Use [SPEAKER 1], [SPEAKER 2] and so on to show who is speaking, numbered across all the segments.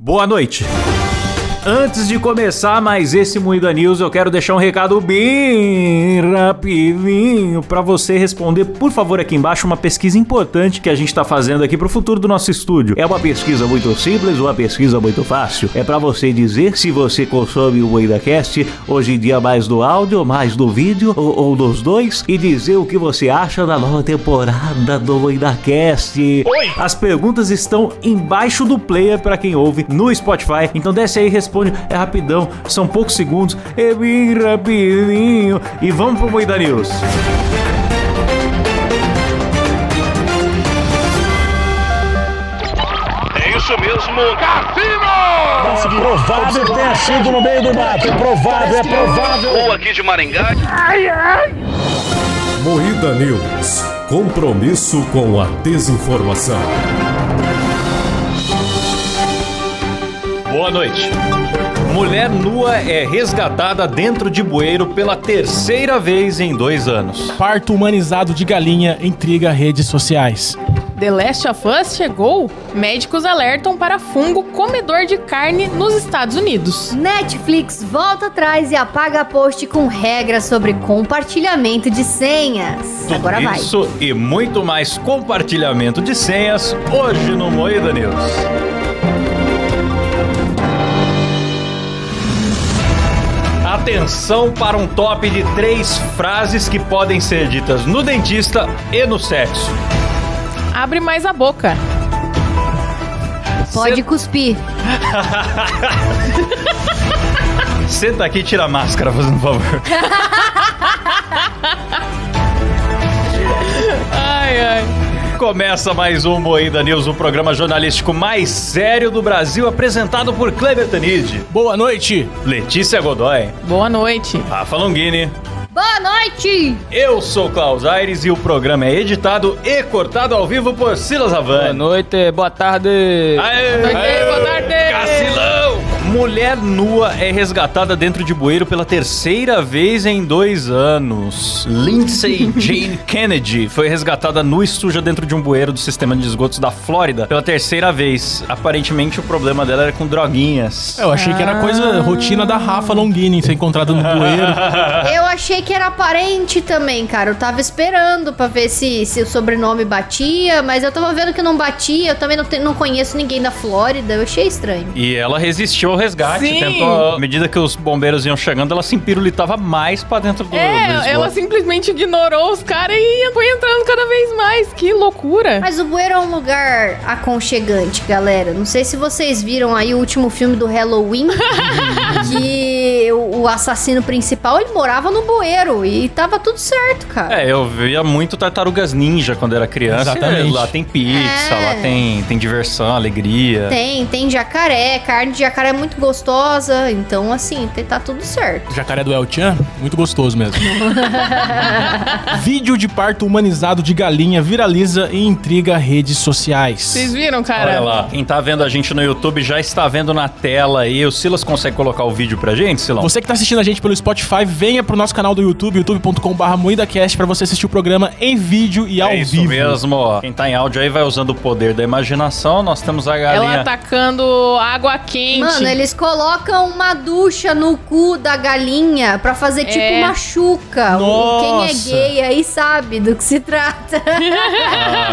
[SPEAKER 1] Boa noite. Antes de começar mais esse Moída News, eu quero deixar um recado bem rapidinho para você responder, por favor, aqui embaixo uma pesquisa importante que a gente está fazendo aqui para o futuro do nosso estúdio. É uma pesquisa muito simples, uma pesquisa muito fácil. É para você dizer se você consome o MoídaCast hoje em dia mais do áudio, mais do vídeo ou, ou dos dois e dizer o que você acha da nova temporada do MoídaCast.
[SPEAKER 2] Oi!
[SPEAKER 1] As perguntas estão embaixo do player para quem ouve no Spotify. Então desce aí e responde. É rapidão, são poucos segundos. É bem rapidinho. E vamos pro Moída News.
[SPEAKER 2] É isso mesmo, Cassino!
[SPEAKER 3] É provável que tenha sido no meio do mato. É provável, é provável.
[SPEAKER 2] Ou aqui de Maringá.
[SPEAKER 4] Moída News. Compromisso com a desinformação.
[SPEAKER 1] Boa noite. Mulher nua é resgatada dentro de bueiro pela terceira vez em dois anos.
[SPEAKER 5] Parto humanizado de galinha intriga redes sociais.
[SPEAKER 6] The Last of Us chegou? Médicos alertam para fungo comedor de carne nos Estados Unidos.
[SPEAKER 7] Netflix volta atrás e apaga post com regras sobre compartilhamento de senhas.
[SPEAKER 1] Tudo
[SPEAKER 7] Agora vai.
[SPEAKER 1] isso e muito mais compartilhamento de senhas hoje no Moeda News. Atenção para um top de três frases que podem ser ditas no dentista e no sexo.
[SPEAKER 6] Abre mais a boca.
[SPEAKER 7] Pode cuspir.
[SPEAKER 1] Senta aqui e tira a máscara, fazendo um favor.
[SPEAKER 6] Ai, ai.
[SPEAKER 1] Começa mais um Moída News, o programa jornalístico mais sério do Brasil, apresentado por Kleber Tanid,
[SPEAKER 5] Boa noite.
[SPEAKER 1] Letícia Godoy,
[SPEAKER 6] Boa noite.
[SPEAKER 1] Rafa Longini.
[SPEAKER 7] Boa noite!
[SPEAKER 1] Eu sou Klaus Aires e o programa é editado e cortado ao vivo por Silas
[SPEAKER 8] Boa
[SPEAKER 1] Havani.
[SPEAKER 8] noite, boa tarde.
[SPEAKER 1] Aê,
[SPEAKER 6] Boa tarde,
[SPEAKER 1] aê,
[SPEAKER 6] boa tarde.
[SPEAKER 1] Cacilão! Mulher nua é resgatada dentro de bueiro pela terceira vez em dois anos. Lindsay Jane Kennedy foi resgatada nua e suja dentro de um bueiro do sistema de esgotos da Flórida pela terceira vez. Aparentemente o problema dela era com droguinhas.
[SPEAKER 9] É,
[SPEAKER 5] Eu achei que era coisa rotina da Rafa Longini ser encontrada no bueiro.
[SPEAKER 1] Ah.
[SPEAKER 7] Eu achei que era parente também, cara. Eu tava esperando pra ver se, se o sobrenome batia, mas eu tava vendo que não batia. Eu também não, te- não conheço ninguém da Flórida. Eu achei estranho.
[SPEAKER 1] E ela resistiu ao resgate,
[SPEAKER 6] Sim.
[SPEAKER 1] tentou. À medida que os bombeiros iam chegando, ela se empirulitava mais pra dentro do, do esgoto.
[SPEAKER 6] É, ela simplesmente ignorou os caras e foi entrando cada vez mais. Que loucura.
[SPEAKER 7] Mas o bueiro é um lugar aconchegante, galera. Não sei se vocês viram aí o último filme do Halloween, que o o assassino principal ele morava no bueiro e tava tudo certo, cara.
[SPEAKER 1] É, eu via muito Tartarugas Ninja quando era criança.
[SPEAKER 5] Exatamente.
[SPEAKER 1] E Lá tem pizza,
[SPEAKER 7] É.
[SPEAKER 1] lá tem, tem diversão, alegria.
[SPEAKER 7] Tem, tem jacaré, carne de jacaré é muito gostosa, então assim, te- tá tudo certo.
[SPEAKER 5] Jacaré do El Chan, muito gostoso mesmo. Vídeo de parto humanizado de galinha viraliza e intriga redes
[SPEAKER 6] Vocês
[SPEAKER 5] sociais.
[SPEAKER 6] viram, cara?
[SPEAKER 1] Olha lá, quem tá vendo a gente no YouTube já está vendo na tela aí. O Silas consegue colocar o vídeo pra gente, Silão?
[SPEAKER 5] Você que tá assistindo a gente pelo Spotify, venha pro nosso canal do YouTube, youtube.com.br moidacast, pra você assistir o programa em vídeo e ao
[SPEAKER 1] é isso
[SPEAKER 5] vivo.
[SPEAKER 1] mesmo. Quem tá em áudio aí vai usando o poder da imaginação. Nós temos a
[SPEAKER 6] Ela
[SPEAKER 1] galinha.
[SPEAKER 6] atacando água quente.
[SPEAKER 7] Mano, eles colocam uma ducha no cu da galinha pra fazer tipo
[SPEAKER 6] É.
[SPEAKER 7] uma chuca. O- Quem é
[SPEAKER 5] Nossa.
[SPEAKER 7] gay aí sabe do que se trata.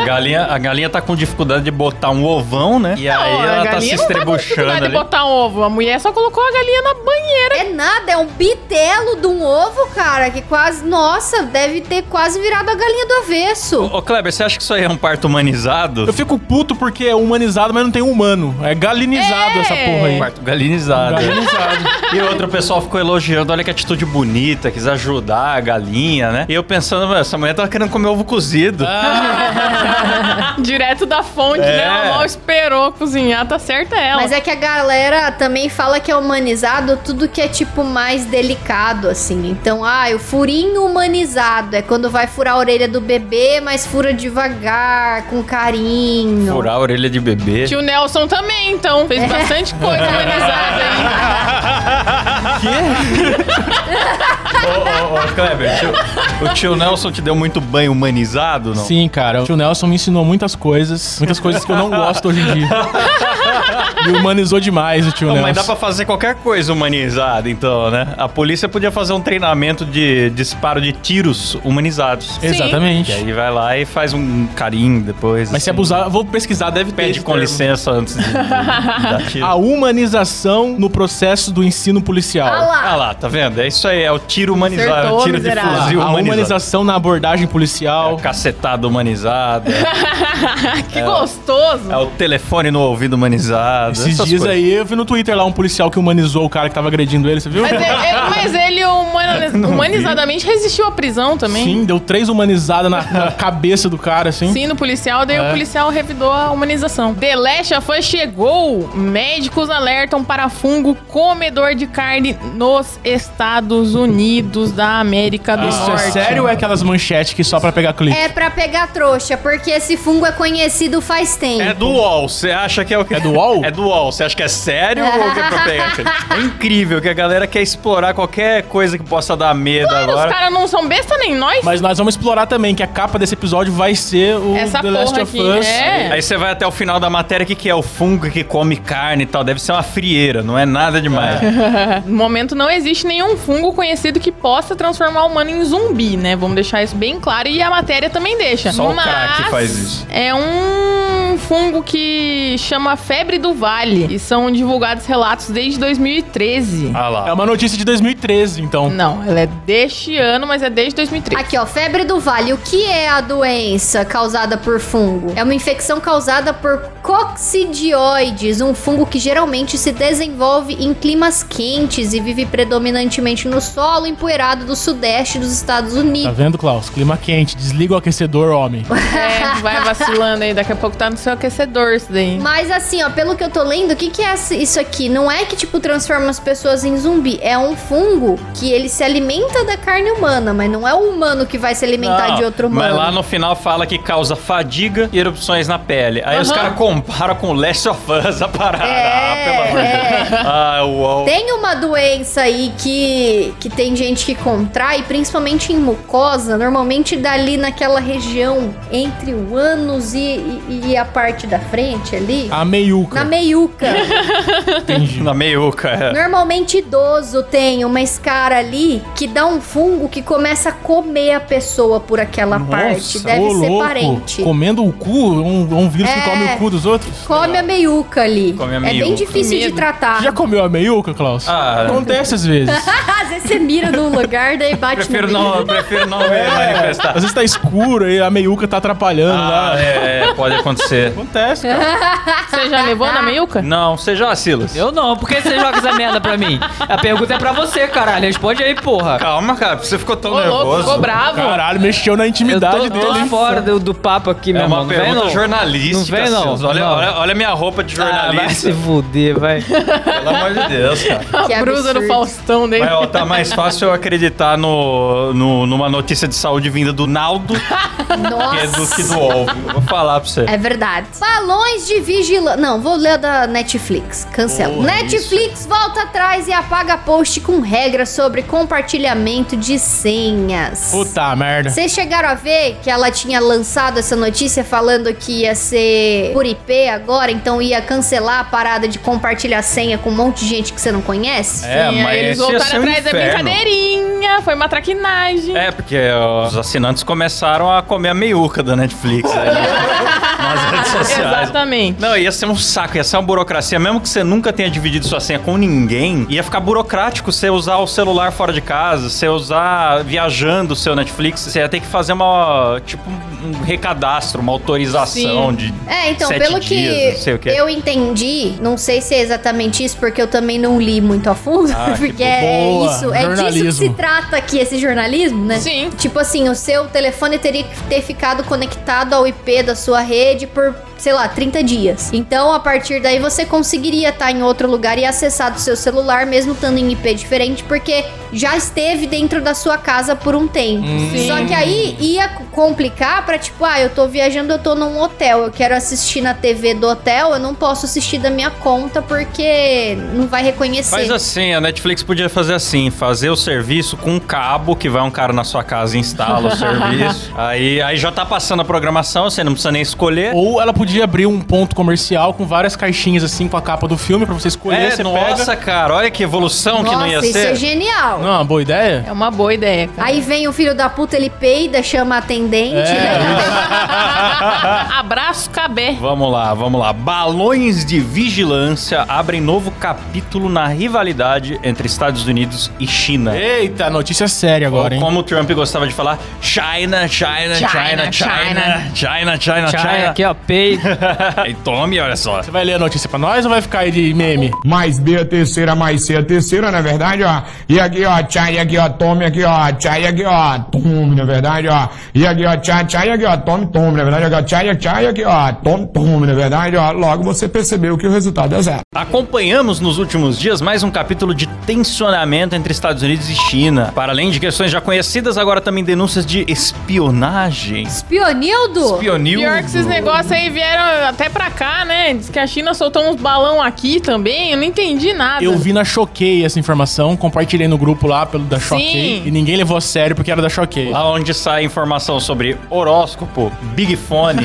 [SPEAKER 1] A galinha, a galinha tá com dificuldade de botar um ovão, né? E aí
[SPEAKER 6] Não,
[SPEAKER 1] ela
[SPEAKER 6] a
[SPEAKER 1] tá se
[SPEAKER 6] galinha não tá com
[SPEAKER 1] estrebuchando
[SPEAKER 6] dificuldade de
[SPEAKER 1] ali.
[SPEAKER 6] botar ovo. A mulher só colocou a galinha na banheira.
[SPEAKER 7] é nada, é um bitelo de um ovo, cara, que quase. Nossa, deve ter quase virado a galinha do avesso.
[SPEAKER 1] Ô, Kleber, você acha que isso aí é um parto humanizado?
[SPEAKER 5] Eu fico puto porque é humanizado, mas não tem humano. É galinizado
[SPEAKER 6] É.
[SPEAKER 5] essa porra aí.
[SPEAKER 1] Parto galinizado.
[SPEAKER 5] Galinizado.
[SPEAKER 1] E outro pessoal ficou elogiando, olha que atitude bonita, quis ajudar a galinha, né? E eu pensando, "Mano, essa mulher tá querendo comer ovo cozido.
[SPEAKER 5] Ah.
[SPEAKER 6] Direto da fonte,
[SPEAKER 1] Ah. É.
[SPEAKER 6] né? Ela mal esperou cozinhar, tá certa ela.
[SPEAKER 7] Mas é que a galera também fala que é humanizado tudo que é tipo mais delicado, assim. Então, ah, o furinho humanizado é quando vai furar a orelha do bebê, mas fura devagar, com carinho.
[SPEAKER 1] Furar a orelha de bebê.
[SPEAKER 6] Tio Nelson também, então.
[SPEAKER 5] É.
[SPEAKER 6] Fez bastante coisa humanizada aí.
[SPEAKER 1] Ô, ô, ô, Kleber, o tio- o tio Nelson te deu muito banho humanizado, não?
[SPEAKER 5] Sim, cara. O tio Nelson me ensinou muitas coisas. Muitas coisas que eu não gosto hoje em dia. E humanizou demais o tio
[SPEAKER 9] Não,
[SPEAKER 5] Nelson.
[SPEAKER 9] mas dá pra fazer qualquer coisa humanizada, então, né? A polícia podia fazer um treinamento de disparo de tiros humanizados.
[SPEAKER 6] Sim.
[SPEAKER 5] Exatamente.
[SPEAKER 9] E aí vai lá e faz um carinho depois.
[SPEAKER 5] Mas se
[SPEAKER 9] assim.
[SPEAKER 5] abusar, vou pesquisar, deve ter.
[SPEAKER 9] Pede
[SPEAKER 5] esse
[SPEAKER 9] com
[SPEAKER 5] termo.
[SPEAKER 9] licença antes de, de dar tiro.
[SPEAKER 5] A humanização no processo do ensino policial.
[SPEAKER 7] Ah lá.
[SPEAKER 9] Ah lá, tá vendo? É isso aí, é o tiro humanizado,
[SPEAKER 6] Acertou,
[SPEAKER 9] é o tiro
[SPEAKER 6] miserável.
[SPEAKER 9] de fuzil
[SPEAKER 5] a
[SPEAKER 9] humanizado.
[SPEAKER 5] humanização na abordagem policial.
[SPEAKER 9] É cacetada humanizada,
[SPEAKER 6] que gostoso.
[SPEAKER 9] é o telefone no ouvido humanizado.
[SPEAKER 5] Esses
[SPEAKER 9] essas
[SPEAKER 5] dias
[SPEAKER 9] coisas.
[SPEAKER 5] aí, eu vi no Twitter lá um policial que humanizou o cara que tava agredindo ele, você viu?
[SPEAKER 6] Mas é, ele, ele- mas ele humaniz- humanizadamente resistiu à prisão também.
[SPEAKER 5] Sim, deu três humanizadas na, na cabeça do cara, assim.
[SPEAKER 6] Sim, no policial, daí
[SPEAKER 5] É.
[SPEAKER 6] o policial revidou a humanização. The Last of Us chegou! Médicos alertam para fungo comedor de carne nos Estados Unidos da América do
[SPEAKER 5] Isso é
[SPEAKER 6] Norte.
[SPEAKER 5] sério ou é aquelas manchetes que só pra pegar clipe?
[SPEAKER 7] É pra pegar trouxa, porque esse fungo é conhecido faz tempo.
[SPEAKER 9] É do UOL, você acha que é o que?
[SPEAKER 5] É do UOL?
[SPEAKER 9] É do UOL, você acha que é sério ou que é pra pegar? É incrível que a galera quer explorar qualquer coisa que possa dar medo
[SPEAKER 6] Os
[SPEAKER 9] agora.
[SPEAKER 6] caras não são besta nem nós.
[SPEAKER 5] Mas nós vamos explorar também, que a capa desse episódio vai ser o
[SPEAKER 6] Essa
[SPEAKER 5] The
[SPEAKER 6] porra
[SPEAKER 5] Last of
[SPEAKER 6] aqui,
[SPEAKER 5] Us.
[SPEAKER 6] é.
[SPEAKER 9] Aí você vai até o final da matéria, o que, que é o fungo que come carne e tal? Deve ser uma frieira, não é nada demais.
[SPEAKER 6] No momento não existe nenhum fungo conhecido que possa transformar o humano em zumbi, né? Vamos deixar isso bem claro e a matéria também deixa.
[SPEAKER 9] Só o
[SPEAKER 6] Mas
[SPEAKER 9] crack faz isso.
[SPEAKER 6] É um fungo que chama febre do vale e são divulgados relatos desde 2013.
[SPEAKER 9] Ah lá.
[SPEAKER 5] É uma notícia de 2013, então.
[SPEAKER 6] Não, ela é deste ano, mas é desde 2013.
[SPEAKER 7] Aqui, ó, febre do vale. O que é a doença causada por fungo? É uma infecção causada por coccidioides, um fungo que geralmente se desenvolve em climas quentes e vive predominantemente no solo empoeirado do sudeste dos Estados
[SPEAKER 5] Tá
[SPEAKER 7] Unidos.
[SPEAKER 5] vendo, Klaus? Clima quente, desliga o aquecedor, homem.
[SPEAKER 6] É, vai vacilando aí, daqui a pouco tá no seu aquecedor isso daí.
[SPEAKER 7] Mas assim, ó, pelo que eu tô lendo, o que, que é essa- isso aqui? Não é que, tipo, transforma as pessoas em zumbi. É um fungo que ele se alimenta da carne humana, mas não é o humano que vai se alimentar
[SPEAKER 9] Não,
[SPEAKER 7] de outro humano.
[SPEAKER 9] Ah, Mas lá no final fala que causa fadiga e erupções na pele. Aí os
[SPEAKER 6] Aham.
[SPEAKER 9] caras comparam com o Last of Us a parada.
[SPEAKER 7] É,
[SPEAKER 9] ah, pelo amor de Deus. Ah, uau.
[SPEAKER 7] Tem uma doença aí que, que tem gente que contrai, principalmente em mucosa, normalmente dali naquela região entre o ânus e, e- e a parte da frente ali,
[SPEAKER 5] A meiuca.
[SPEAKER 7] na meiuca.
[SPEAKER 5] Entendi.
[SPEAKER 9] Na meiuca. é.
[SPEAKER 7] normalmente idoso tem uma escara ali que dá um fungo que começa a comer a pessoa por aquela parte. Deve
[SPEAKER 5] ô,
[SPEAKER 7] ser
[SPEAKER 5] louco.
[SPEAKER 7] parente.
[SPEAKER 5] Comendo o cu, um, um vírus que
[SPEAKER 7] É.
[SPEAKER 5] come o cu dos outros.
[SPEAKER 7] Come a meiuca ali.
[SPEAKER 9] Come a
[SPEAKER 7] É
[SPEAKER 9] meiuca.
[SPEAKER 7] bem difícil de
[SPEAKER 6] Medo.
[SPEAKER 7] tratar.
[SPEAKER 5] Já comeu a meiuca, Klaus?
[SPEAKER 9] Ah.
[SPEAKER 5] Acontece às vezes.
[SPEAKER 7] Às vezes você mira num lugar, daí bate
[SPEAKER 9] Prefiro
[SPEAKER 7] no
[SPEAKER 9] não, prefiro não me manifestar.
[SPEAKER 5] Às vezes tá escuro e a meiuca tá atrapalhando
[SPEAKER 9] Ah,
[SPEAKER 5] lá.
[SPEAKER 9] é, é, pode acontecer.
[SPEAKER 5] Acontece, cara.
[SPEAKER 6] Você já levou na meiuca?
[SPEAKER 9] Não, você já, Silas.
[SPEAKER 8] Eu não, por que você joga essa merda pra mim? A pergunta é pra você, caralho. Responde aí, porra.
[SPEAKER 9] Calma, cara, você ficou tão
[SPEAKER 6] Ô, louco,
[SPEAKER 9] nervoso.
[SPEAKER 6] ficou bravo.
[SPEAKER 5] Caralho, mexeu na
[SPEAKER 8] Eu tô,
[SPEAKER 5] intimidade
[SPEAKER 8] tô
[SPEAKER 5] dele. hein?
[SPEAKER 8] fora do, do papo aqui, meu
[SPEAKER 9] é uma
[SPEAKER 8] irmão. Não vem,
[SPEAKER 9] pergunta
[SPEAKER 8] não.
[SPEAKER 9] jornalística,
[SPEAKER 8] Não vem, não.
[SPEAKER 9] Silas. Olha,
[SPEAKER 8] Não.
[SPEAKER 9] Olha, olha a minha roupa de
[SPEAKER 8] Ah, vai
[SPEAKER 9] jornalista.
[SPEAKER 8] se fuder, vai.
[SPEAKER 9] Pelo amor de Deus, cara.
[SPEAKER 7] Que
[SPEAKER 6] a brusa
[SPEAKER 7] absurdo.
[SPEAKER 6] do Faustão dele.
[SPEAKER 9] Mas, ó, tá mais fácil eu acreditar no, no- numa notícia de saúde vinda do Naldo que é do que do ovo. Vou falar pra você.
[SPEAKER 7] É verdade. Balões de vigilância. Não, vou ler a da Netflix. Cancela. Netflix volta atrás e apaga post com regras sobre compartilhamento de senhas.
[SPEAKER 5] Puta merda.
[SPEAKER 7] Vocês chegaram a ver que ela tinha lançado essa notícia falando que ia ser por IP agora, então ia cancelar a parada de compartilhar senha com um monte de gente que você não conhece?
[SPEAKER 9] É,
[SPEAKER 6] Sim, aí eles
[SPEAKER 9] esse ia ser
[SPEAKER 6] voltaram
[SPEAKER 9] um
[SPEAKER 6] atrás da
[SPEAKER 9] inferno.
[SPEAKER 6] brincadeirinha, foi uma traquinagem.
[SPEAKER 9] É, porque ó, os assinantes começaram a comer a meiuca da Netflix aí, né? nas redes sociais.
[SPEAKER 6] Exatamente.
[SPEAKER 9] Não, ia ser um saco, ia ser uma burocracia. Mesmo que você nunca tenha dividido sua senha com ninguém, ia ficar burocrático você usar o celular fora de casa, você usar viajando o seu Netflix, você ia ter que fazer uma, tipo, um recadastro, uma autorização
[SPEAKER 6] Sim.
[SPEAKER 9] de
[SPEAKER 7] É, então,
[SPEAKER 9] sete
[SPEAKER 7] pelo
[SPEAKER 9] dias,
[SPEAKER 7] que
[SPEAKER 9] não sei o quê.
[SPEAKER 7] eu entendi, não sei se é exatamente isso, porque eu também não li muito a fundo,
[SPEAKER 9] Ah, que
[SPEAKER 7] porque é
[SPEAKER 5] boa.
[SPEAKER 7] isso, é disso que se
[SPEAKER 5] Jornalismo.
[SPEAKER 7] trata aqui, esse jornalismo, né?
[SPEAKER 6] Sim.
[SPEAKER 7] Tipo assim, o seu telefone teria que ter ficado conectado ao IP da sua rede por, sei lá, 30 dias. Então, a partir daí, você conseguiria estar em outro lugar e acessar do seu celular, mesmo estando em IP diferente, porque já esteve dentro da sua casa por um tempo.
[SPEAKER 9] Hum.
[SPEAKER 6] Sim.
[SPEAKER 7] Só que aí ia complicar pra, tipo, ah, eu tô viajando, eu tô num hotel, eu quero assistir na TV do hotel, eu não posso assistir da minha conta porque não vai reconhecer.
[SPEAKER 9] Faz assim, a Netflix podia fazer assim, fazer o serviço com um cabo, que vai um cara na sua casa e instala o serviço. Aí, aí já tá passando a programação, você não precisa nem escolher.
[SPEAKER 5] Ou ela podia abrir um ponto comercial com várias caixinhas assim com a capa do filme pra você escolher,
[SPEAKER 9] É,
[SPEAKER 5] você
[SPEAKER 9] nossa,
[SPEAKER 5] pega.
[SPEAKER 9] cara, olha que evolução que não ia
[SPEAKER 7] Nossa, isso
[SPEAKER 9] ser.
[SPEAKER 7] é genial.
[SPEAKER 5] Não, é uma boa ideia.
[SPEAKER 6] É uma boa ideia, cara.
[SPEAKER 7] Aí vem o filho da puta, ele peida, chama a atendente.
[SPEAKER 5] É,
[SPEAKER 7] né?
[SPEAKER 6] Abraço, Cabé.
[SPEAKER 9] Vamos lá, vamos lá. Balões de vigilância abrem novo capítulo na rivalidade entre Estados Unidos e China.
[SPEAKER 5] Eita, notícia séria
[SPEAKER 9] Ou
[SPEAKER 5] agora, hein?
[SPEAKER 9] como o Trump gostava de falar, China, China, China, China,
[SPEAKER 6] China,
[SPEAKER 9] China, China, China,
[SPEAKER 8] Chai aqui, ó, pei.
[SPEAKER 9] E tome, olha só.
[SPEAKER 5] Você vai ler a notícia pra nós ou vai ficar aí de meme?
[SPEAKER 10] Mais B a terceira, mais C a terceira, na verdade, ó. E aqui, ó, tchai, aqui, ó, tome, aqui, ó, tchai, aqui, ó, tome, na verdade, ó. E aqui, ó, tchai, tchai, aqui, ó, tome, tome, na verdade, aqui, ó, tchai, tchai, aqui, ó, tome, tome, na verdade, ó. Logo você percebeu que o resultado é zero.
[SPEAKER 9] Acompanhamos nos últimos dias mais um capítulo de tensionamento entre Estados Unidos e China. Para além de questões já conhecidas, agora também denúncias de espionagem.
[SPEAKER 7] Espionildo?
[SPEAKER 9] Espionil.
[SPEAKER 6] Pior que esses negócios aí vieram até pra cá, né? Diz que a China soltou uns balão aqui também. Eu não entendi nada.
[SPEAKER 5] Eu vi na Choquei essa informação, compartilhei no grupo lá pelo da
[SPEAKER 6] Sim.
[SPEAKER 5] Choquei e ninguém levou a sério porque era da Choquei.
[SPEAKER 9] Lá onde sai informação sobre horóscopo, Big Fone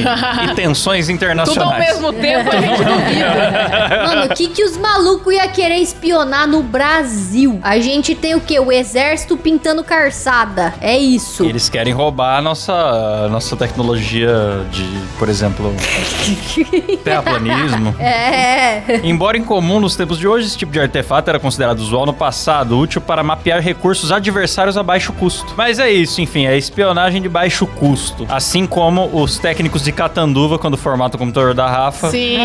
[SPEAKER 9] e tensões
[SPEAKER 6] Tudo ao
[SPEAKER 9] internacionais.
[SPEAKER 6] mesmo tempo, a gente duvida.
[SPEAKER 7] Mano, o que, que os malucos iam querer espionar no Brasil? A gente tem o quê? O exército pintando carçada. É isso.
[SPEAKER 9] Eles querem roubar a nossa, a nossa tecnologia de, por exemplo, terraplanismo.
[SPEAKER 7] É.
[SPEAKER 9] Embora incomum nos tempos de hoje, esse tipo de artefato era considerado usual no passado, útil para mapear recursos adversários a baixo custo. Mas é isso, enfim, é espionagem de baixo custo. Assim como os técnicos de Catanduva, quando formatam o computador da Rafa,
[SPEAKER 6] Sim.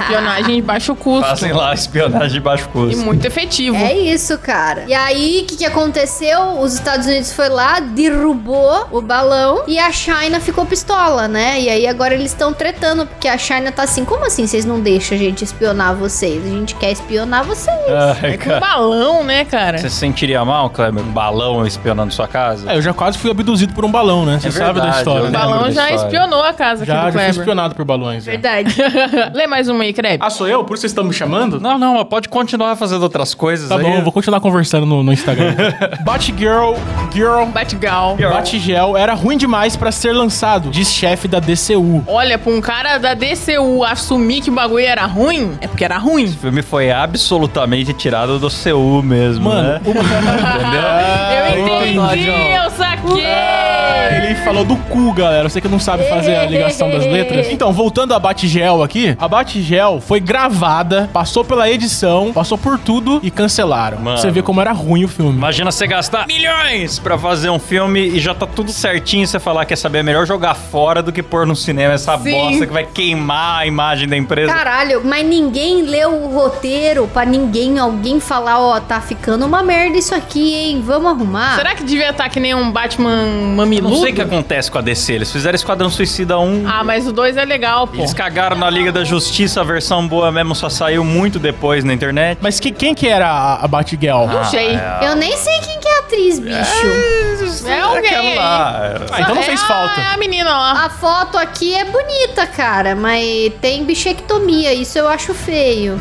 [SPEAKER 6] Espionagem de baixo
[SPEAKER 9] fazem
[SPEAKER 6] custo.
[SPEAKER 9] lá espionagem de baixo
[SPEAKER 6] E
[SPEAKER 9] custo.
[SPEAKER 6] muito efetivo.
[SPEAKER 7] É isso, cara. E aí, o que, que aconteceu? Os Estados Unidos foi lá, derrubou o balão e a China ficou pistola, né? E aí agora eles estão tretando, porque a China tá assim, como assim vocês não deixam a gente espionar vocês? A gente quer espionar vocês.
[SPEAKER 9] Ai,
[SPEAKER 6] Com
[SPEAKER 9] cara.
[SPEAKER 6] balão, né, cara?
[SPEAKER 9] Você se sentiria mal, Kleber? Um balão espionando sua casa?
[SPEAKER 5] É, eu já quase fui abduzido por um balão, né? Você
[SPEAKER 9] É
[SPEAKER 5] sabe da
[SPEAKER 9] verdade,
[SPEAKER 5] história,
[SPEAKER 9] eu
[SPEAKER 6] O
[SPEAKER 5] né?
[SPEAKER 9] lembro.
[SPEAKER 6] balão
[SPEAKER 9] da
[SPEAKER 6] já
[SPEAKER 9] história.
[SPEAKER 6] espionou a casa aqui
[SPEAKER 5] Já,
[SPEAKER 6] do
[SPEAKER 5] já fui
[SPEAKER 6] Kleber.
[SPEAKER 5] espionado por balões. é. já.
[SPEAKER 7] Verdade.
[SPEAKER 6] Lê mais uma aí, Kleber.
[SPEAKER 5] Ah, sou eu? Por isso vocês estão me chamando?
[SPEAKER 9] Não, não, mas pode continuar fazendo outras coisas
[SPEAKER 5] Tá
[SPEAKER 9] aí.
[SPEAKER 5] bom, eu vou continuar conversando no, no Instagram. Batgirl,
[SPEAKER 9] Ah.
[SPEAKER 6] Um
[SPEAKER 5] Girl,
[SPEAKER 6] Batgal.
[SPEAKER 5] Batgel era ruim demais pra ser lançado, diz chefe da DCU.
[SPEAKER 6] Olha, pra um cara da DCU assumir que o bagulho era ruim, é porque era ruim.
[SPEAKER 9] O filme foi absolutamente tirado do CU mesmo,
[SPEAKER 5] Mano,
[SPEAKER 9] né?
[SPEAKER 5] Ah,
[SPEAKER 6] eu entendi, eu saquei!
[SPEAKER 5] Ele falou do cu, galera. Você que não sabe fazer a ligação das letras. Então, voltando à Batgel aqui, a Batgel foi gravada, passou pela edição, passou por tudo e cancelaram.
[SPEAKER 9] Mano.
[SPEAKER 5] Você vê como era ruim o filme.
[SPEAKER 9] Imagina você gastar milhões pra fazer um filme e já tá tudo certinho e você falar quer saber, é melhor jogar fora do que pôr no cinema essa
[SPEAKER 6] Sim.
[SPEAKER 9] bosta que vai queimar a imagem da empresa.
[SPEAKER 7] Caralho, mas ninguém leu o roteiro pra ninguém, alguém falar, ó, tá ficando uma merda isso aqui, hein? Vamos arrumar.
[SPEAKER 6] Será que devia estar que nem um Batman
[SPEAKER 9] Eu
[SPEAKER 6] mamiludo?
[SPEAKER 9] não sei o que acontece com a DC, eles fizeram Esquadrão Suicida 1.
[SPEAKER 6] Ah, mas o 2 é legal, pô.
[SPEAKER 9] Eles cagaram na Liga da Justiça, a versão boa mesmo só saiu muito depois na internet.
[SPEAKER 5] Mas que, quem que era a, a Batgirl?
[SPEAKER 6] Não sei.
[SPEAKER 7] Eu nem sei quem que é a atriz, bicho.
[SPEAKER 6] É alguém
[SPEAKER 9] Aquela
[SPEAKER 6] aí.
[SPEAKER 9] lá.
[SPEAKER 5] Ah, então não
[SPEAKER 6] É
[SPEAKER 5] fez
[SPEAKER 6] a-
[SPEAKER 5] falta.
[SPEAKER 6] É a menina lá.
[SPEAKER 7] A foto aqui é bonita, cara, mas tem bichectomia, isso eu acho feio.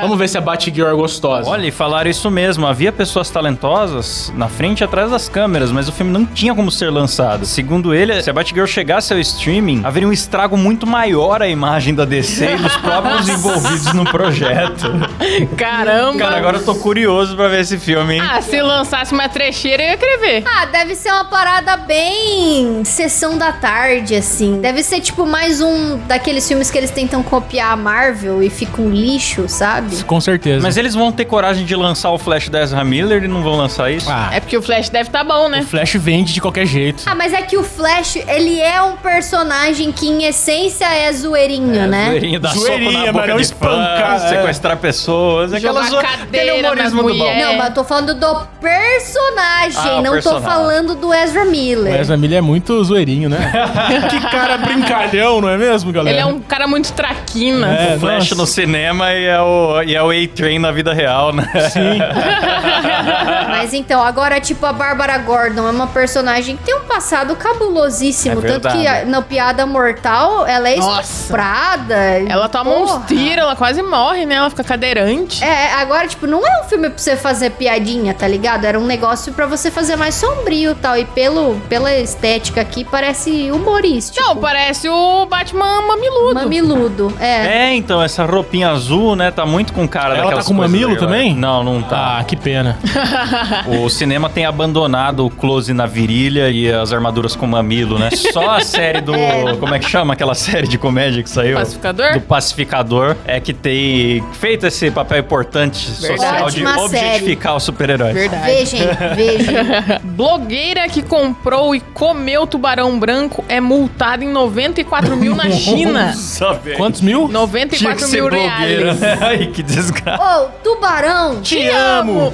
[SPEAKER 5] Vamos ver se a Batgirl é gostosa.
[SPEAKER 9] Olha, e falaram isso mesmo. Havia pessoas talentosas na frente e atrás das câmeras, mas o filme não tinha como ser lançado. Segundo ele, se a Batgirl chegasse ao streaming, haveria um estrago muito maior à imagem da DC e dos próprios envolvidos no projeto.
[SPEAKER 6] Caramba.
[SPEAKER 9] Cara, agora eu tô curioso pra ver esse filme, hein?
[SPEAKER 6] Ah, se lançasse uma trecheira, eu ia escrever.
[SPEAKER 7] ah, deve ser uma parada bem sessão da tarde, assim. Deve ser tipo mais um daqueles filmes que eles tentam copiar a Marvel e fica um lixo, sabe?
[SPEAKER 5] Com certeza.
[SPEAKER 9] Mas eles vão ter coragem de lançar o Flash da Ezra Miller e não vão lançar isso?
[SPEAKER 5] Ah,
[SPEAKER 6] É porque o Flash deve tá bom,
[SPEAKER 5] o
[SPEAKER 6] né?
[SPEAKER 5] Flash vende de qualquer jeito.
[SPEAKER 7] Ah, mas é que o Flash, ele é um personagem que em essência é zoeirinho, né?
[SPEAKER 9] Zoeirinho, dar
[SPEAKER 5] Zoeirinha,
[SPEAKER 9] soco na
[SPEAKER 5] mas
[SPEAKER 9] boca
[SPEAKER 5] não
[SPEAKER 9] de
[SPEAKER 5] espancar,
[SPEAKER 9] espancar,
[SPEAKER 5] é.
[SPEAKER 9] sequestrar pessoas, aquela
[SPEAKER 6] Jogar
[SPEAKER 9] zo...
[SPEAKER 6] cadeira
[SPEAKER 9] aquele humorismo
[SPEAKER 6] nas
[SPEAKER 9] do bom.
[SPEAKER 6] mulher.
[SPEAKER 7] Não, mas eu tô falando do personagem,
[SPEAKER 9] Ah, o
[SPEAKER 7] não tô
[SPEAKER 9] personagem.
[SPEAKER 7] falando do Ezra
[SPEAKER 5] O
[SPEAKER 7] Miller.
[SPEAKER 5] Ezra Miller é muito zoeirinho, né? que cara brincalhão, não é mesmo, galera?
[SPEAKER 6] Ele é um cara muito traquina.
[SPEAKER 5] É,
[SPEAKER 9] Flash
[SPEAKER 5] nossa.
[SPEAKER 9] no cinema e é o, e é o A-Train na vida real, né?
[SPEAKER 5] Sim.
[SPEAKER 7] Mas então, agora, tipo, a Bárbara Gordon é uma personagem que tem um passado cabulosíssimo.
[SPEAKER 9] É
[SPEAKER 7] tanto
[SPEAKER 9] verdade.
[SPEAKER 7] que a- na Piada Mortal ela é
[SPEAKER 6] Nossa.
[SPEAKER 7] estuprada.
[SPEAKER 6] Ela tá toma
[SPEAKER 7] Porra.
[SPEAKER 6] uns tiros, ela quase morre, né? Ela fica cadeirante.
[SPEAKER 7] É, agora, tipo, não é um filme pra você fazer piadinha, tá ligado? Era um negócio pra você fazer mais sombrio e tal. E pelo, pela estética aqui, parece humorístico.
[SPEAKER 6] Não, parece o Batman mamiludo.
[SPEAKER 7] Mamiludo, é.
[SPEAKER 9] É, então, essa roupinha azul, né, tá muito com cara
[SPEAKER 5] Ela
[SPEAKER 9] daquelas
[SPEAKER 5] tá com
[SPEAKER 9] coisas
[SPEAKER 5] mamilo
[SPEAKER 9] ali, ó.
[SPEAKER 5] também?
[SPEAKER 9] Não, não tá.
[SPEAKER 5] Ah, que pena.
[SPEAKER 9] O cinema tem abandonado o close na virilha e as armaduras com mamilo, né? Só a série do... Como é que chama aquela série de comédia que saiu?
[SPEAKER 6] Pacificador?
[SPEAKER 9] Do Pacificador. É que tem feito esse papel importante social de
[SPEAKER 7] Ótima série.
[SPEAKER 9] objetificar os super-heróis.
[SPEAKER 6] Verdade.
[SPEAKER 7] Vejam, vejam.
[SPEAKER 6] Blogueira que comprou e comeu tubarão branco é multada em 94 mil na China.
[SPEAKER 9] Sabe?
[SPEAKER 5] Quantos mil?
[SPEAKER 6] 94 mil reais.
[SPEAKER 9] Ai, que desgraça.
[SPEAKER 7] Ô, tubarão!
[SPEAKER 6] Te amo!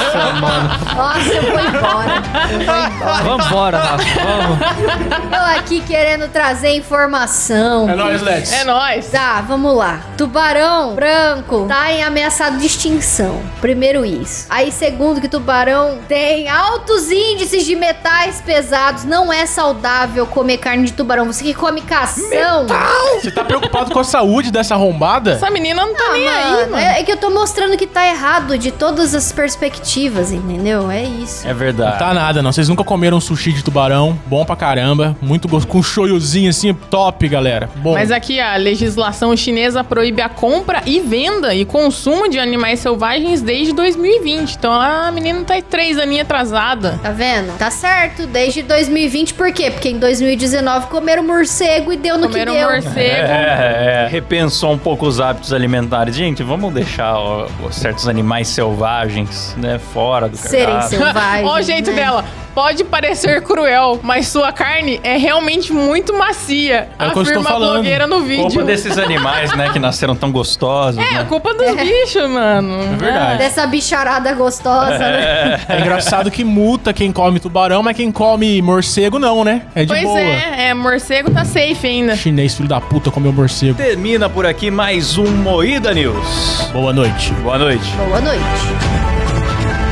[SPEAKER 7] Nossa, eu vou embora. Eu vou embora.
[SPEAKER 8] Vambora, Rafa, vamos.
[SPEAKER 7] Eu aqui querendo trazer informação.
[SPEAKER 5] É nóis, Let's.
[SPEAKER 6] É nóis.
[SPEAKER 7] Tá, vamos lá. Tubarão branco tá em ameaçado de extinção. Primeiro isso. Aí, segundo, que tubarão tem altos índices de metais pesados. Não é saudável comer carne de tubarão. Você que come cação. Ah,
[SPEAKER 5] Você tá preocupado com a saúde dessa arrombada?
[SPEAKER 6] Essa menina não tá
[SPEAKER 7] Ah,
[SPEAKER 6] nem aí,
[SPEAKER 7] mano,
[SPEAKER 6] mano.
[SPEAKER 7] É, é que eu tô mostrando que tá errado de todas as perspectivas, entendeu? É isso.
[SPEAKER 9] É verdade.
[SPEAKER 5] Não tá nada, não. Vocês nunca comeram sushi de tubarão. Bom pra caramba. Muito gosto. Com um shoyuzinho assim, top, galera. Bom.
[SPEAKER 6] Mas é aqui a legislação chinesa proíbe a compra e venda e consumo de animais selvagens desde 2020. Então a menina tá aí três aninhos atrasada.
[SPEAKER 7] Tá vendo? Tá certo, desde 2020, por quê? Porque em 2019 comeram morcego e deu no
[SPEAKER 6] Comeram um
[SPEAKER 7] que deu.
[SPEAKER 6] morcego.
[SPEAKER 9] É, é, repensou um pouco os hábitos alimentares. Gente, vamos deixar ó, certos animais selvagens, né, fora do
[SPEAKER 7] Serem
[SPEAKER 9] cardápio.
[SPEAKER 7] selvagens.
[SPEAKER 6] Ó o jeito
[SPEAKER 7] né?
[SPEAKER 6] dela. Pode parecer cruel, mas sua carne é realmente muito macia.
[SPEAKER 5] É o que eu estou
[SPEAKER 6] afirma a
[SPEAKER 5] falando.
[SPEAKER 6] blogueira no
[SPEAKER 9] Culpa
[SPEAKER 6] vídeo.
[SPEAKER 9] desses animais, né, que nasceram tão gostosos,
[SPEAKER 6] É,
[SPEAKER 9] né?
[SPEAKER 6] culpa dos bichos, mano.
[SPEAKER 5] É verdade.
[SPEAKER 7] Dessa bicharada gostosa, né?
[SPEAKER 5] É engraçado que multa quem come tubarão, mas quem come morcego não, né? É de
[SPEAKER 6] Pois
[SPEAKER 5] boa.
[SPEAKER 6] é, é, morcego tá safe ainda.
[SPEAKER 5] Chinês, filho da puta, comeu morcego.
[SPEAKER 9] Termina por aqui mais um Moída News.
[SPEAKER 5] Boa noite.
[SPEAKER 9] Boa noite.
[SPEAKER 7] Boa noite.